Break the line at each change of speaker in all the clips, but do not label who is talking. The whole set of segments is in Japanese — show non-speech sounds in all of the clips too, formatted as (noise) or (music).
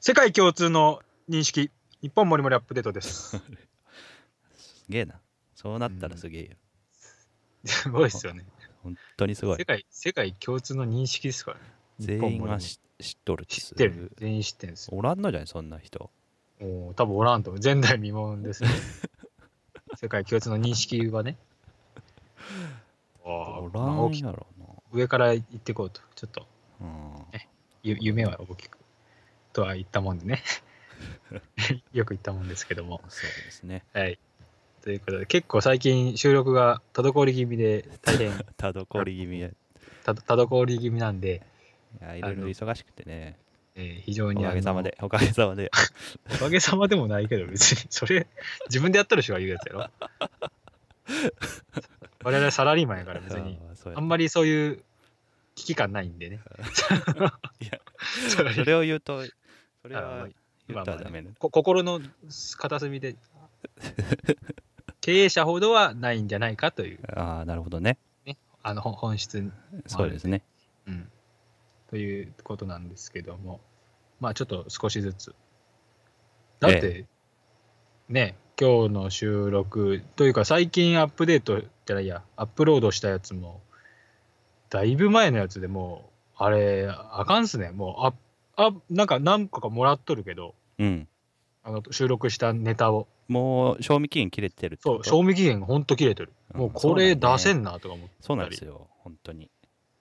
世界共通の認識日本もりもりアップデートです
(laughs) すげえな。そうなったらすげえよ。
すごいですよね
本当にすごい
世。界世界共通の認識ですからね
全
日本
員
もりも
が
り
し知っとる
知ってる全員知ってるんですよ
おらんのじゃないそんな人。
もう多分おらんと前代未聞
(laughs)
ですね世界共通の認識はねあ
お
あ、
ら
まあ大
ん
きく
やろ
上から行っていこうとちょっと
な。うん。
ゆ夢は大きくとは言ったもんで
(laughs)
ねよく言ったもんですけども
そうですね。
はいということで結構最近収録が滞り気味で大変
たどこり気味や。い
た滞り気味なんで、
や、いろいろ忙しくてね。
えー非常
お
にあの
かげさまで。おかげさまで。
おかげさまでもないけど別に (laughs) それ自分でやっとる人が言うやつやろ我々サラリーマンやから別に
あーそうや
あんまりそういう危機感ないんでね
(laughs) いや
(laughs) それ
それを言うと、それ
あまあ
は言ったらダメな。
こ心の片隅
(laughs)
で経営者ほどはないんじゃないかという
ああ、なるほどね。
あのほん本質、
そうですね。
うん、ということなんですけどもまあちょっと少しずつだって、ね今日の収録というか最近アップデートじゃないやアップロードしたやつもだいぶ前のやつでもうあれあかんっすねもうああなんか何個かもらっとるけど
うん。
あの収録したネタを
もう賞味期限切れてるって
そ
こ
う、
と
賞味期限がほんと切れてる。
うん
もうこれ
そうなんだ
出
ね
せんなとか思ったり。
そうなんですよ、本当に。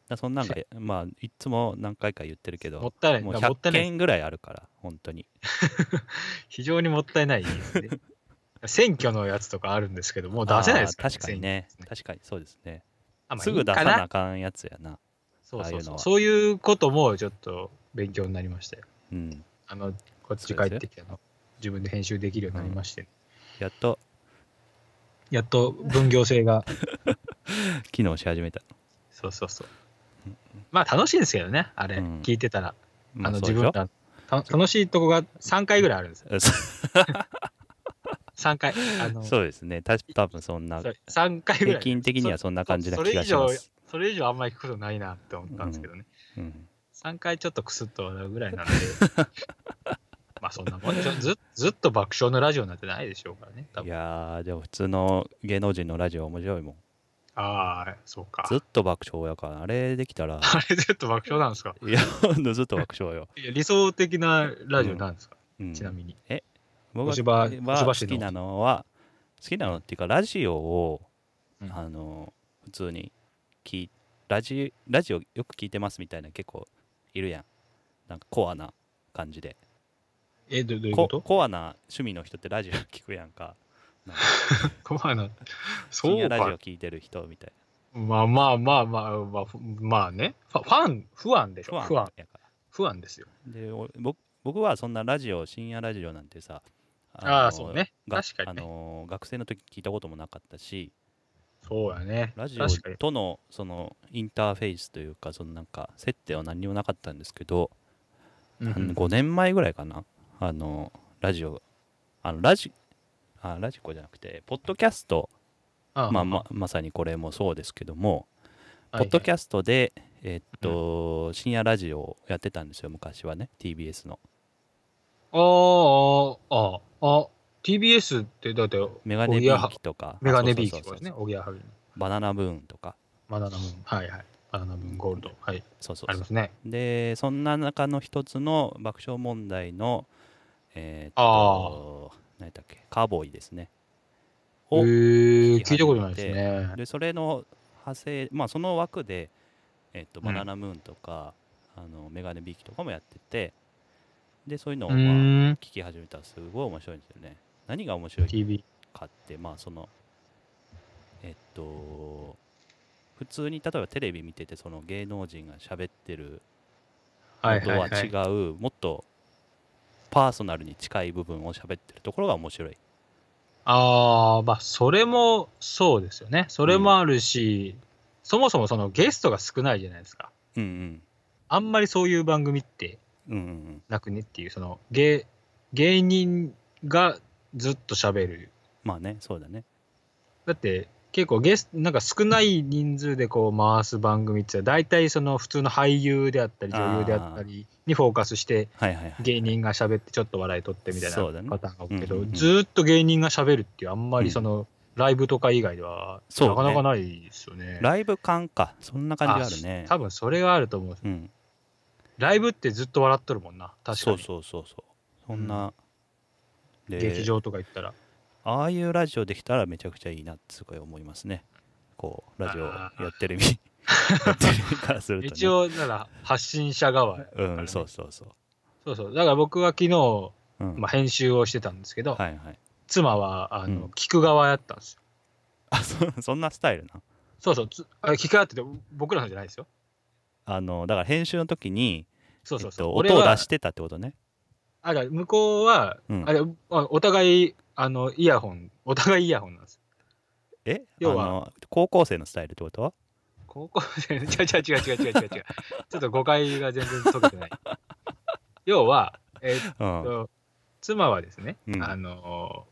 だそんなんが、まあ、いつも何回か言ってるけ
もっ
ど、
たいない。
もう
だからもった
100
いない。
件ぐらいあるから、本当に。
非常にもったいないです
(laughs)
ね。選挙のやつとかあるんですけど、もう出せないです
あー確かにね
選挙ですね。
確かにそうですね。
あますあいい
ぐ
か
出さなあかんやつやな。
そうそうそ
ああいうの
う。
は
そういうこともちょっと勉強になりましたよ。
うん。
あの、こっち帰ってきたの。自分で編集できるようになりまして、
やっと
やっと分業制
(laughs)
が。
機能し始めた。
そうそうそう。まあ楽しいんですけどね、あれ、
うん
聞いてたら。
ま
あの
そうで
自
し
分
ょ
ら、た楽しいとこが3回ぐらいあるんですよ。
うん
3回。あの
(laughs) そそうですね。たし多分そんな
そ、れ3回ぐらい
平均的にはそんな感じな
そ
気がします。
それ以上あんまり聞くことないなって思ったんですけどね、
うん、
3回ちょっとクスッと笑うぐらい
(laughs)
なんでまあそんなもんでしょずずっと爆笑のラジオなんてないでしょうからね多
い
分
やー、でも普通の芸能人のラジオ面白いもん。
ああそうか
ずっと爆笑やから、あれできたら、 (laughs)
あれずっと爆笑なんですか
いや、ほんとずっと爆笑よ。
いや理想的なラジオなんですか、
うん
ちなみに
僕が
虫歯虫歯
好
師の
きなのは好きなのっていうかラジオを、
うん
あの普通に聞いラジラジオよく聞いてますみたいな結構いるやんなんかコアな感じで
えどどういうこ
こ
(laughs)
とコアな趣味の人ってラジオ聞くやんかなんか
コアな
深
そう
夜ラジオ
か
聞いてる人みたい
まあまあまあまあまあふまあねファファン不安でしょ
な
不安
やから
不安ですよ
でお僕僕はそんなラジオ深夜ラジオなんてさ
あ
の
あそうね
が
確かにね
あの学生の時聞いたこともなかったし、
そうやね
ラジオ
確かに
とのそのインターフェースというかそのなんか接点は何にもなかったんですけど、
うんうん
5年前ぐらいかなあのラジオあのラジあラジコじゃなくてポッドキャスト
ああ
まあ、ままさにこれもそうですけども、
はいはい
ポッドキャストで、えっと深夜ラジオをやってたんですよ昔はね TBS の
あーあー、あーあ、TBS ってだって、
メガネビーキとか
メガネ
あそう
ビー
そう
キと
そう
かですね、おぎやはぎの。
バナナブーンとか
バナナムーン、はいはい。バナナムーンゴールド、はい、
そうそ
あ
うそ
り
う
ますね。
でそんな中の一つの爆笑問題のえーっと
あ
何だっけカーボーイですね
へえ
を聞き始めて
聞いたことないですね。
でそれの派生まあその枠でえーっと
うん
バナナムーンとか、あのメガネビーキとかもやっててでそういうのを、
う
まあ、
ーん、
聞き始めたらすごい面白いんですよね何が面白い
TV。
かってまあそのえっと普通に例えばテレビ見ててその芸能人が喋ってる
はい
と
はい
は
は
違
い。
う、もっとパーソナルに近い部分を喋ってるところが面白い。
ああ、まあ、それもそうですよね。それもあるし、そもそもそのゲストが少ないじゃないですか。
うん
あんまりそういう番組って
うん。うんうん、
なくねっていう、その芸芸人がずっと喋る
まあね、そうだね。
だって結構ゲスなんか少ない人数でこう回す番組って大体その普通の俳優であったり女優であったりにフォーカスして
はいはいはい。
芸人が喋ってちょっと笑い取ってみたいな
そうだね
パターンが多いけど、
うんうんうん
ずーっと芸人が喋るっていうあんま
うん
りそのライブとか以外では
そうね
なかなかないですよね。
ライブ感か。そんな感じあるね
あ。多分それがあると思う。
うん。
ライブってずっと笑っとるもんな確か
そう
に
そうそうそう。そんな。で
劇場とか行ったら。
ああいうラジオできたらめちゃくちゃいいなってすごい思いますね。こう、ラジオや
あー
ってる身 (laughs) やってる身からすると、ね。
一、応だから発信者側、
うん、そうそうそ
そうそうだから僕は昨日、
う。うん。
まあ、編集をしてたんですけど、
はいはい。
妻はあの、
うん
聞く側やったんですよ
あそ、そんなスタイルな。
そうそうつあ聞く側って言って僕らのじゃないですよ
あの、だから編集の時に、
そうそうそう、
えっと、音を出
し
してたってことね。
あだから向こうは、
うん
あれあお互いあのイヤホンお互いイヤホンなんですよ
えあ
要は
の、高校生のスタイルってこと
高校生違 (laughs) う違う違う違う違う違う違うちょっと誤解が全然解けて
(laughs)
ない要はえっ
うん。
と妻はですね、
うん
あの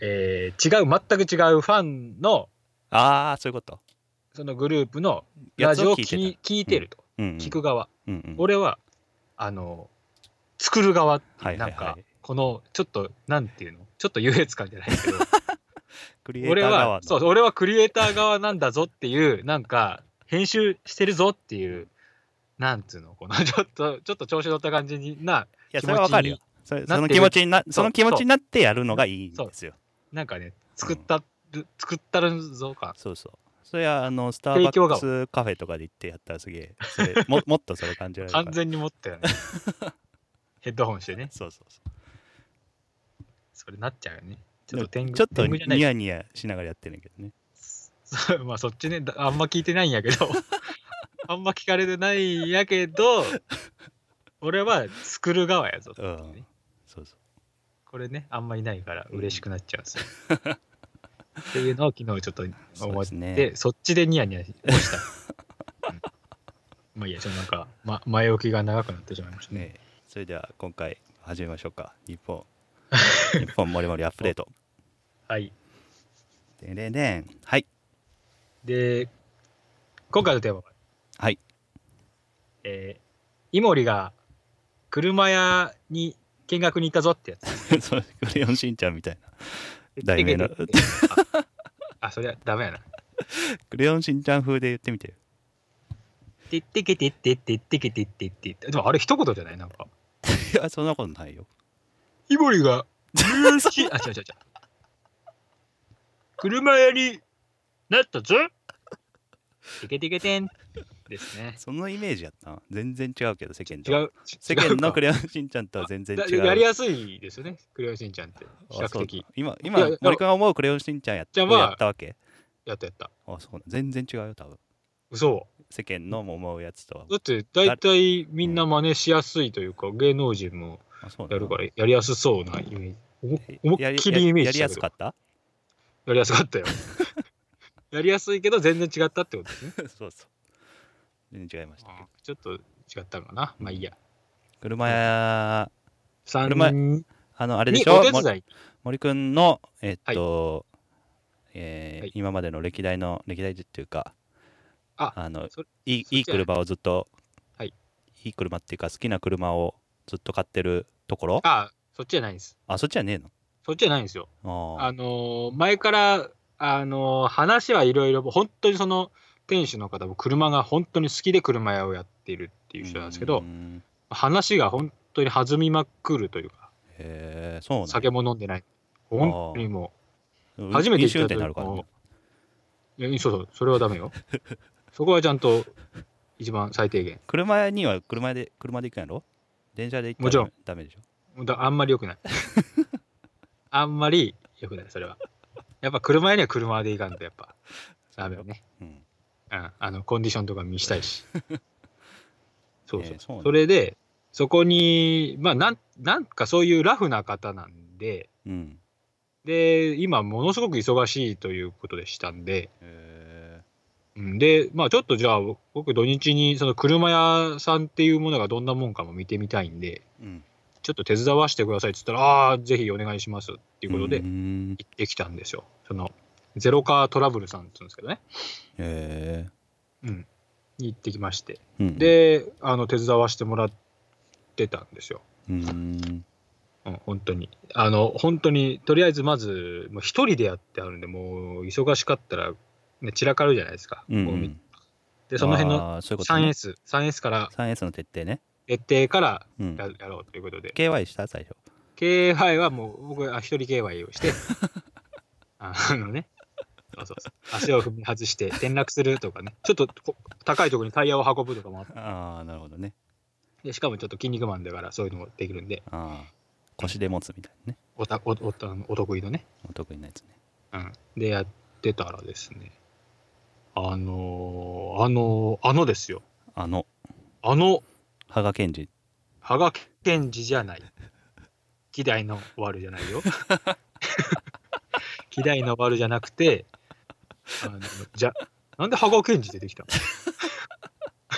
えー違う全く違うファンの
ああ、そういうこと。
そのグループの
や
ラ
つ
ジオを
聞い
聞
て
い聞いてると、
た。うんうん
聞く側、
うんうん
俺はあの作る側って
はいいう
な
は
ん
い
か、
はい。
このちょっとなんていうのちょっと優越感じゃないけど
(laughs) クリエイタ
俺
ー側
は
の
そう俺はクリエイター側なんだぞっていうなんか編集してるぞっていうなんつうのこの (laughs) ちょっとちょっと調子乗った感じにない
や、それはわかるよ。それ
なってる
その気持ちにな、
う
その気持ちになってやるのがいいんですよ。
なんかね作ったる、作ったるぞか
そうそう。それはあのスター
提
バ
供
ッ
が
クスカフェとかで行ってやったらすげえそれも (laughs) もっとそれ感じられるから
完全に持
(laughs)
ったよねヘッドホンしてね
そうそうそ
それなっちゃうよねち
う
ょっと天狗
ちょっと
天狗じゃない
ニヤニヤしながらやってるんだけどね
そうまあそっちねだあんま聞いてないんやけ
(laughs)
どあんま聞かれてないんやけど俺は作る側やぞっていうね、
うんそうそう
これねあんまいないから嬉しくなっちゃうんですよ、っていうのを昨日ちょっと
そう
思っ
です
てそ,、
ね
っちでニヤニヤした、うんまあいいやちょっとなんか、ま、前置きが長くなってしまいましたね
ねえそれでは今回始めましょうか日
(laughs)
本日本もりもりアップデート
はい
でででんはい
で今回のテーマは
はい (laughs)
えー、イモリが車屋に見学に行ったぞってやつ
そうクレヨンしんちゃんみたいな題名
(laughs)
の
あ、それはダメやな。
クレヨンしんちゃん風で言ってみてよ
てってけてってってってけてってってって。でもあれ一言じゃないなんか。
いやそんなことないよ
イモリが好き。あ、違う違う違う。車屋になったぞてけてけてんですね。
(laughs) そのイメージやったな全然違うけど世間
違
とは
う。
世間
違う
の
か
クレヨンしんちゃんとは全然
だ
違
(laughs)
う
やりやすいですよね。クレヨンしんちゃんって。比
あ
較
そう
的。
今、
い
今
やいや、
森君が思うクレヨンしんちゃんやっ
じゃあまあ
やったわけ
やったやった。
あ、そうな全然違うよ、多分。
嘘。
世間の思うやつとは。
だって大体みんな真似しやすいというか、芸能人も
あ、そうな
やる
の
からやりやすそうなイメージ。思
え
思いっきりイメージ
やりや
したけ
す
ど
かった
やりやすか
(laughs)
ったよ。やりやすいけど全然違ったってことですね。
(laughs) そうそう。全然違いましたけど。
ちょっと違ったのかな。まあいいや。
車や、
3
車
人
あの、あれで
に
しょ
お手
も
伝い。
森君の、えっと、えー
はい
今までの歴代の、歴代っていうか、
あ
の
それ
いい、
そっち
いい車をずっと、
はい、
いい車っていうか、好きな車をずっと買ってるところあ
あそっちじゃないんです。
そっちじゃねえの
そっちじゃないんですよ。
あ
あ
あ
のー前から、あのー話はいろいろ、本当にその店主の方も車が本当に好きで車屋をやっているっていう人なんですけ
う
ど
ー、ん
話が本当に弾みまくるというか、
へえ、そうなんだ
酒も飲んでない。本当にも
うん
初めて
飲
行ったやつ
酒運転になるからね。
う、いやそうそう、それはダメよ。そこはちゃんと一番最低限。
車には車で車で行くんやろ電車で行
も
っ
ち
た
ろ
ら
ん
ダメでしょ
だあんまり良くない。あんまり良くない、それは。やっぱ車には車でいかんと、やっぱ。ダメよね。
うん
うん。あの、コンディションとか見したいし。そうそう。
えーそうなんだ
それで、そこに、まあ、なん、なんかそういうラフな方なんで、
うん。
で、今、ものすごく忙しいということでしたんで、
へ
うん、で、まあ、ちょっとじゃあ、僕、土日に、その車屋さんっていうものがどんなもんかも見てみたいんで、
えうん。
ちょっと手伝わしてくださいって言ったら、ああ、ぜひお願いしますってい
い
うことで
う、ん
行ってきたんですよ。そのゼロカートラブルさんって言うんですけどね、
へ
うん、に行ってきまして、
えうん、
で、あの手伝わしてもらってたんですよ。
うーん
うん、本当に。あの、本当に、とりあえずまず、もう一人でやってあるんで、もう忙しかったら、ね、散らかるじゃないですか。
うんう
こう見
ん、
で、その辺の
あーそういうことね
3S、3S から、
3S の徹底ね、
徹底から
うん
や、やろうということで、
KY した最初
KY はもう、僕、あ一人 KY をして、あのね、そうそうそう足を踏み外して転落するとかね、ちょっとこ高いところにタイヤを運ぶとかもあっ
ああなるほどね
て、しかもちょっと筋肉マンだから、そういうのもできるんで、
ああ腰で持つみたいなね
おたおおたお得意のね。
お得意なやつね
うん、でやってたらですねあのーあのーあのですよ
あの
あの
羽賀健二
羽賀健二じゃない希代の終わるじゃないよ希代の終わるじゃなくてあのじゃなんで羽賀健二出てきたの (laughs)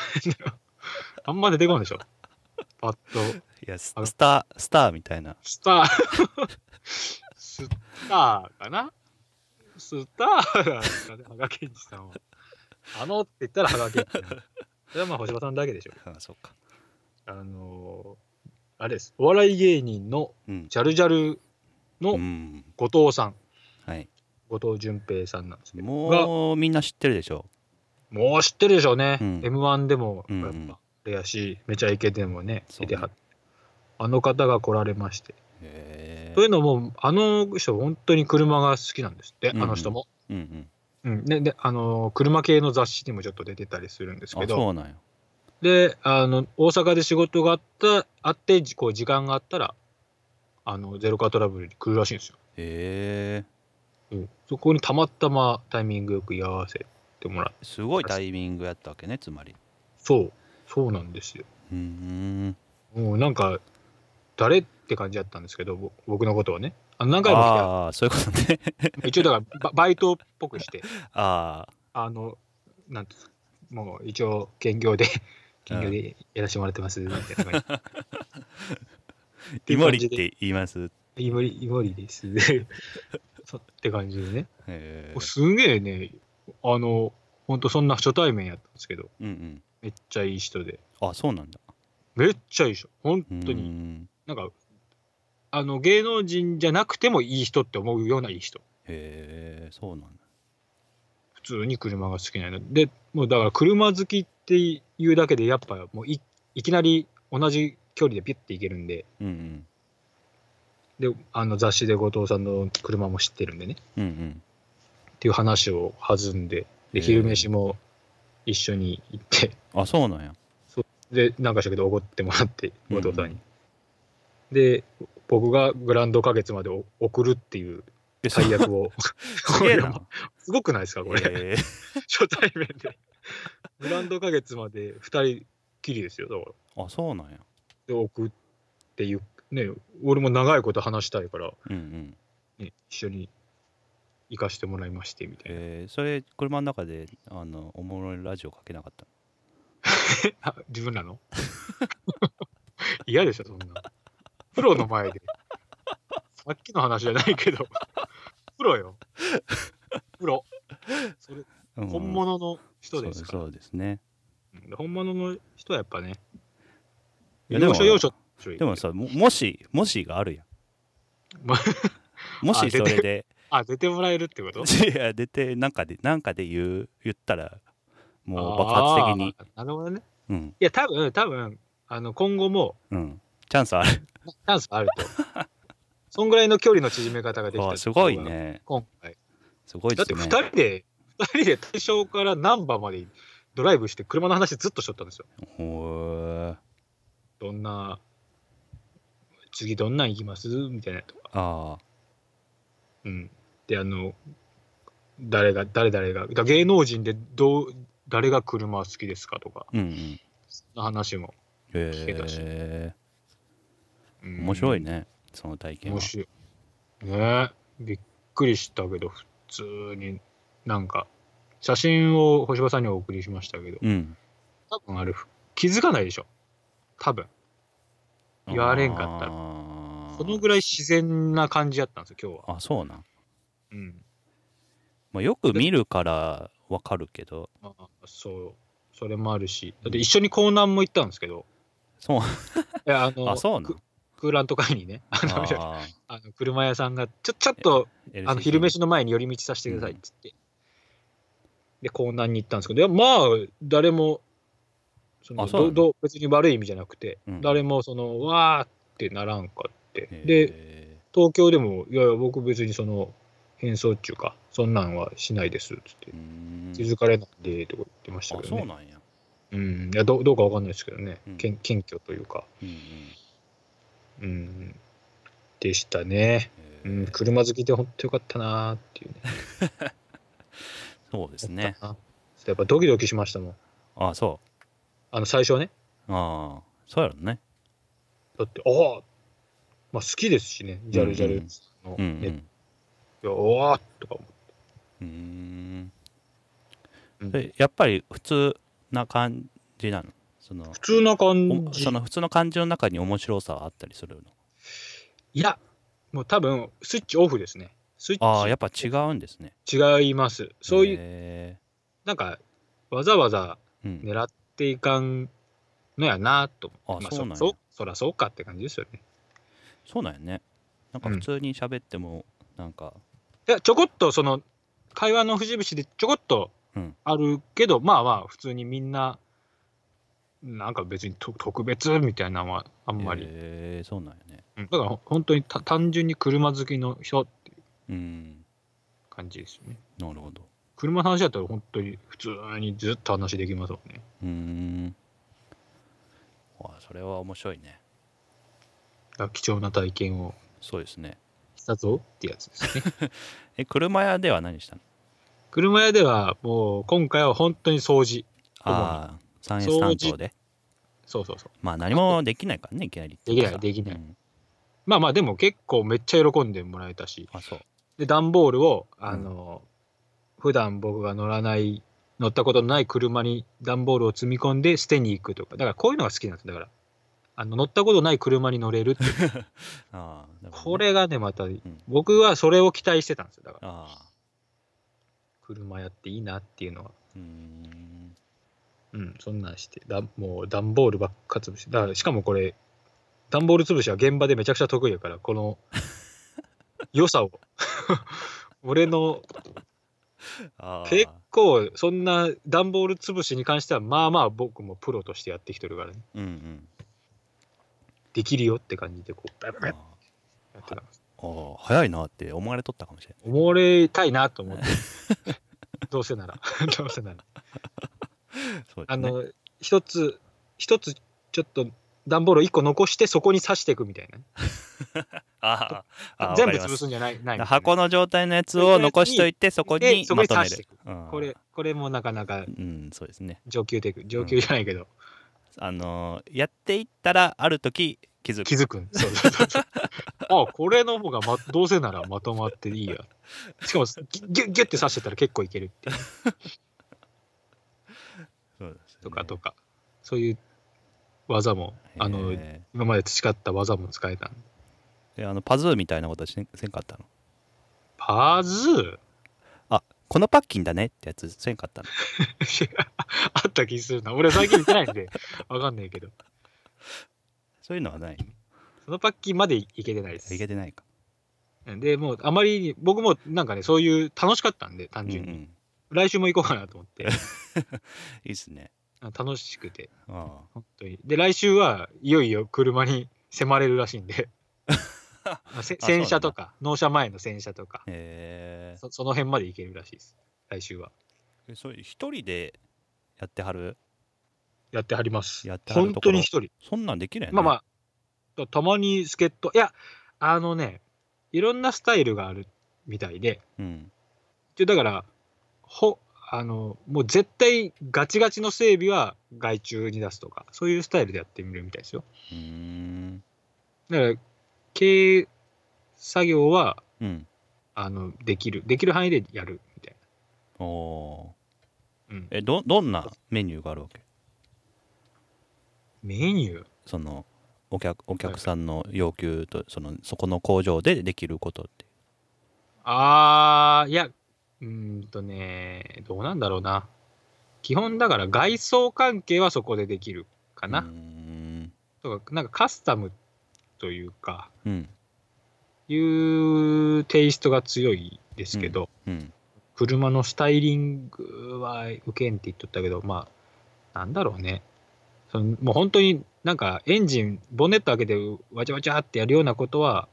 あんま出てこないでしょパッと
いやス
あの
スタースターみたいな
スタースターかなスターなんですかね、羽賀健二さんは。あのって言ったら羽賀健二さん。それはまあ、星葉さんだけでしょ。
ああそうか
あのーあれです。お笑い芸人の
うん
ジャルジャル
う
の
ん
後藤さん、
はい
後藤淳平さんなんですけど、が
もうみんな知ってるでしょ
もう知ってるでしょうね。
うん
M1 でも
うんうん
やっぱレアし、めちゃイケでもね、
そう
出
ね
てはってあの方が来られまして。
へ
とい
え
うのも、あの人、本当に車が好きなんですって、
うんうん
あの人も。
うんうん
うん、でであの車系の雑誌にもちょっと出てたりするんですけ
あ
ど
そうなんや
であの大阪で仕事があったあってじこう時間があったらあのゼロカートラブルに来るらしいんですよ、
へえ
うん、そこにたまたまタイミングよく居合わせてもらって
すごいタイミングやったわけねつまり
そうそうなんですよ
うーん
もうなんか誰って感じだったんですけどぼ僕のことはねあの何回も来
ああそういうことね (laughs)
て一応だからババイトっぽくして
ああ
あのなんていうんですかもう一応兼業で兼業でやらせてもらってますみたいな感じ
イモリって言いますへ
イモリ、イモリです。 (laughs) そうって感じでね。
え
すげえね、あの、ほんとそんな初対面やったんですけど、
うん
めっちゃいい人で。
うんあそうなんだ
めっちゃいい人。本
うーん
当に。なんか、あの、芸能人じゃなくてもいい人って思うようないい人。
へえそうなんだ
普通に車が好きなの。で、もうだから車好きっていうだけで、やっぱもういいきなり同じ距離でピュッて行けるんで、
うんうん
で、あの雑誌で後藤さんの車も知ってるんでね。
うんうん
っていう話を弾んで
へえ
で昼飯も一緒に行って (laughs)
あそうなんや
でなんかしたけどおごってもらって後藤さんに、
う
で僕がグランド花月までお送るっていう (laughs)
え
最悪を
(laughs) す
こ
げえ
れ
な
は (laughs) すごくないですかこれ、
へえ
初対面でグランド花月まで二人きりですよだから
(laughs) あそうなんや
で送っていうね俺も長いこと話したいから、
うんうん
ね、一緒に行かしてもらいましてみたいな、
えー、それ車の中であのおもろいラジオかけなかった
あ自分らの嫌でしょそんなプロの前でさっきの話じゃないけどプロよプロそれ
の、うん
本物の人です
そ
か
う
ら、
そうですね
うん本物の人はやっぱね
いやでも
要所要所注意
でもさももしもしがあるや
(laughs) ま
んもし
あ
そ
出て
れで
あ出てもらえるってこと
いや出てなんかでなんかで言う言ったら (laughs) もう爆発的に
あーなるほどね
うん
いや多分多分あの今後も
うんチャンスある
チャンスはあると (laughs) そんぐらいの距離の縮め方ができ
(laughs) わ
た
あすごいね
今回
すごい
だ
で
って
す
2
ね
人で、二人で大正から難波までドライブして、車の話ずっとしとったんですよ。
ほー
どんな、次どんなん行きますみたいなとか。
あ
うん。で、あの、誰が、誰々が、だ芸能人でどう、誰が車好きですかとか、
ーうんうん
そんな話も。聞けたし
へえ
うん
面白い。ねその体験は
面白い。ねえびっくりしたけど、普通になんか、写真を星葉さんにお送りしましたけど、
うん
多分あれ、気づかないでしょ。多分。言われんかったら
ら
そのぐらい自然な感じやったんですよ、今日は。
あそうなん
うん。
ままあ、よく見るからわかるけど、
まあそう、それもあるし、だって一緒に江南も行ったんですけど、
そう、
いやあの
あ、そうなの
く空欄とかにね、あの
あ
あの車屋さんが、ちょちょっと
ー
あの
LCC
昼飯の前に寄り道させてくださいっつって、で、江南に行ったんですけど、いやまあ、誰も、その
あそうな
ど
の
ど別に悪い意味じゃなくて、
うん
誰も、その、わーってならんかって、で、
え
東京でも、いやいや、僕別にその、変装っていうか、そんなんはしないですっつって
ー、う、ん
気づかれないんでとか言ってました
あ
けど
そう
ね。
なんや、
うん、いやどうどうかわかんないですけどね、
うん
けん謙虚というか、
うんうん
うん、でしたね。
え
う
ー
ん、車好きで本当よかったなーっていうね。
そうですね
あやっぱドキドキしましたもん。
あそ
あの最初はね。
うああそうやろね
だって、ああ、まあ好きですしね、ジャルジャルの
うん、
ね。いやおわーとか思
うんうーん
うん
でやっぱり普通な感じなのその
普通な感
お
じ
そ。の普通の感じの中に面白さはあったりするの
いや、もう多分スイッチオフですね。スイ
ああや
ッ
っぱ違うんですね
チ違います。そういう、
へ
なんか、わざわざ
ーうん、
狙っていかんのやなと思って
あそうなんや
そそらそうかって感じですよね。
そうなんやねなんか普通に喋ってもなんか、
いやちょこっとその会話の節々でちょこっと
うん
あるけど、まあまあ普通にみんななんか別にと特別みたいなのはあんまり、
えそうなんやね
うんだからほ本当にた単純に車好きの人っていう
うん
感じですよね。
なるほど
車の話だったら本当に普通にずっと話できますもんね。
うーんあそれは面白いね
だから貴重な体験を
そうですね
したぞってやつです
(laughs)
ね。
え車屋では何したの
車屋ではもう今回は本当に掃除。
ああ三
掃
越
除
担当で
そうそうそう。
まあ何もできないからねいきなり
できないできない
うん
まあまあでも結構めっちゃ喜んでもらえたし、
あそう
で、段ボールを、あの、普段僕が乗らない、乗ったことのない車に段ボールを積み込んで捨てに行くとか、だからこういうのが好きなんですよだから、あの乗ったことない車に乗れるっていう、
ああなるほ
こ
どね
れがね、また、僕はそれを期待してたんですよ。だから、
ああ
車やっていいなっていうのは。
うーん
うん、そんなんして、だもう段ボールばっか潰して、だからしかもこれ、段ボール潰しは現場でめちゃくちゃ得意やから、この良さを、 (laughs) 俺の
ああ
結構そんな段ボール潰しに関してはまあまあ僕もプロとしてやってきてるからね
うんうん
できるよって感じでこうバイバイバイ
あー
やってたんです
あー早いなって思われとったかもしれない
思われたいなと思
(laughs)
ってどうせならどうせなら
そうで
あ
すね
の一つ一つちょっと段ボールを一個残してそこに刺していくみたい
あああ
な
あ
全
わ
部
かり
潰
ます
すんじゃないないみたいな
箱の状態のやつを残しといてそこに
でそこ
ま
に
とめ
刺してい
る
く
うん
これこれもなかなか
うんそうですね
上級テク上級じゃないけど、
あのーやっていったらある時気づく
気づくんそうそうそう
(laughs)
そうあこれの方が、ま、どうせならまとまっていいやしかもギュッギュッて刺してたら結構いけるっていう
そうですね
とかとか、そういう技もあの
へ
今まで培った技も使えたんで
ーであのパズーみたいなことしせんかったの
パズー (laughs)
あこのパッキンだねってやつせんかったの
あった気するな俺最近見てないんで (laughs) わかんないけど
そういうのはない
そのパッキンまでいけてないです
いけてないか
でもうあまりに僕もなんかねそういう楽しかったんで単純に、
うんうん
来週も行こうかなと思って
(laughs) いいっすね
楽しくて
あ
本当に。で、来週はいよいよ車に迫れるらしいん
(laughs)
で、あせ
あそう
洗
なんだ
車とか、納車前の洗車とか、
へ
そその辺まで行けるらしいです、来週は。
えそういう一人でやってはる
やってはります。
やっては
本
るとこ
当
ろ
に一人。
そんなんできないよね
まあまあ、たまに助っ人、いや、あのね、いろんなスタイルがあるみたいで、
うん
でだから、ほあのもう絶対ガチガチの整備は外注に出すとかそういうスタイルでやってみるみたいですよ
うーん
だから軽作業は
うん
あのできるできる範囲でやるみたい
おお
な、うん
ー、えどどんなメニューがあるわけ
メニュー
そのお客お客さんの要求とそのそこの工場でできることって
あーいやうーんとね、どうなんだろうな。基本だから外装関係はそこでできるかな。
うーん
とか、なんかカスタムというか、
うん
いうテイストが強いですけど、
うん
車のスタイリングは受けんって言っとったけど、まあ、なんだろうね。そのもう本当になんかエンジン、ボンネット開けてわちゃわちゃってやるようなことは、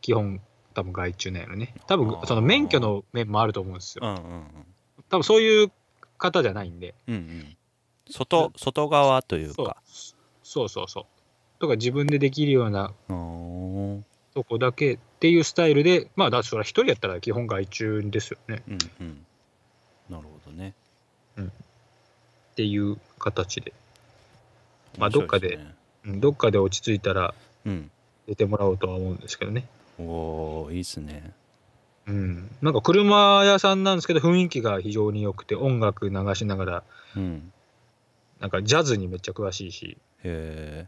基本、多分外注なんやろね。多分
あー
その免許の面もあると思うんです
う
よ。
んうん
多分そういう方じゃないんで。
うんうん外外側という
そう
か
そうそうそう。とか自分でできるような
うーん
とこだけっていうスタイルで、まあ、だってそれは一人やったら基本外注ですよね。
うんうんなるほどね
っていう形で。まあどっかで
面白いすね
うんどっかで落ち着いたら、
うん
出てもらおうとは思うんですけどね。
おおいいっすね
うん、なんか車屋さんなんですけど雰囲気が非常に良くて音楽流しながら
うん
なんかジャズにめっちゃ詳しいし
へ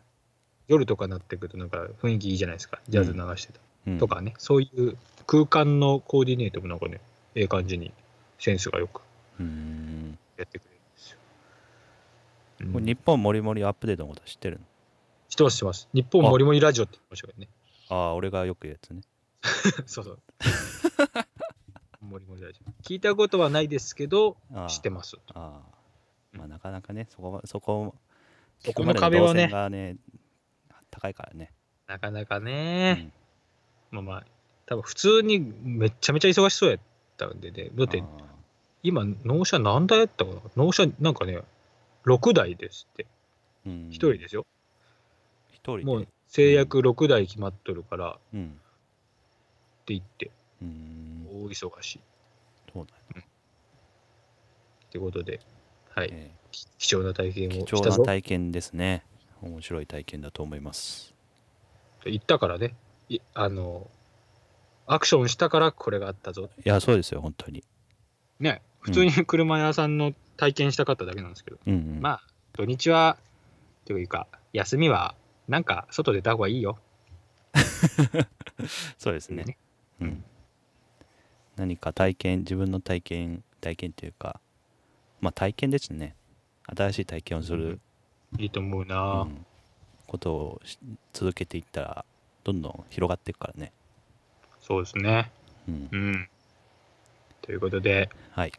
夜とかなってくるとなんか雰囲気いいじゃないですかジャズ流してた、
え
とかねそういう空間のコーディネートもなんかねええ感じにセンスがよく
うん
やってくれるんですよ。うん
これ日本もりもりアップデートのこと知ってるの
知ってます知ってます日本もりもりラジオって言ってましたけどね。
ああ俺がよく言うやつね
そうそう。もりもりラジオ。聞いたことはないですけど
ああ
知ってます。
ああまあなかなかねそこはそこ
そこの壁はね
聞くまでの動線がね高いからね、
なかなか
う
ね。
ん、
まあまあ、多分普通にめっちゃめちゃ忙しそうやったんでね。だって
あ
今、納車何台やったかな納車なんかね、6台ですって。
あうん
1人ですよ。
一人で
もう制約6台決まっとるからって
うん
言って、
うん
大忙しいっ
そうだ
てことで、はい。
ね、
き貴重な体験を
貴
し
重
たぞ
な体験ですね面白い体験だと思います
と言ったからね。いあの、アクションしたからこれがあったぞ。
いやそうですよ本当に
ね。普通に車屋さんの体験したかっただけなんですけど。
うん、うん、
まあ、土日は、というか、休みは、なんか、外出た方がいいよ。
そうですね、う
うん
ん、何か体験自分の体験体験というかまあ体験ですね新しい体験をする、
いいと思う
う
な、
んことをし続けていったらどんどん広がっていくからね、
そうですね。
うん
うん。ということで、
はい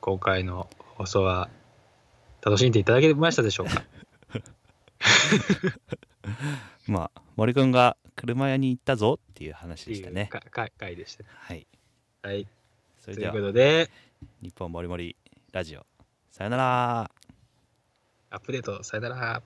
今回の放送は、楽しんでいただけましたでしょうか
まあ森くんが車屋に行ったぞっていう話でした
っていう
ね
かか回でしたね。
はい
はい。と
それ
い
で
う
は
ことで、
日本もりもりラジオさよなら
アップデート、さよなら。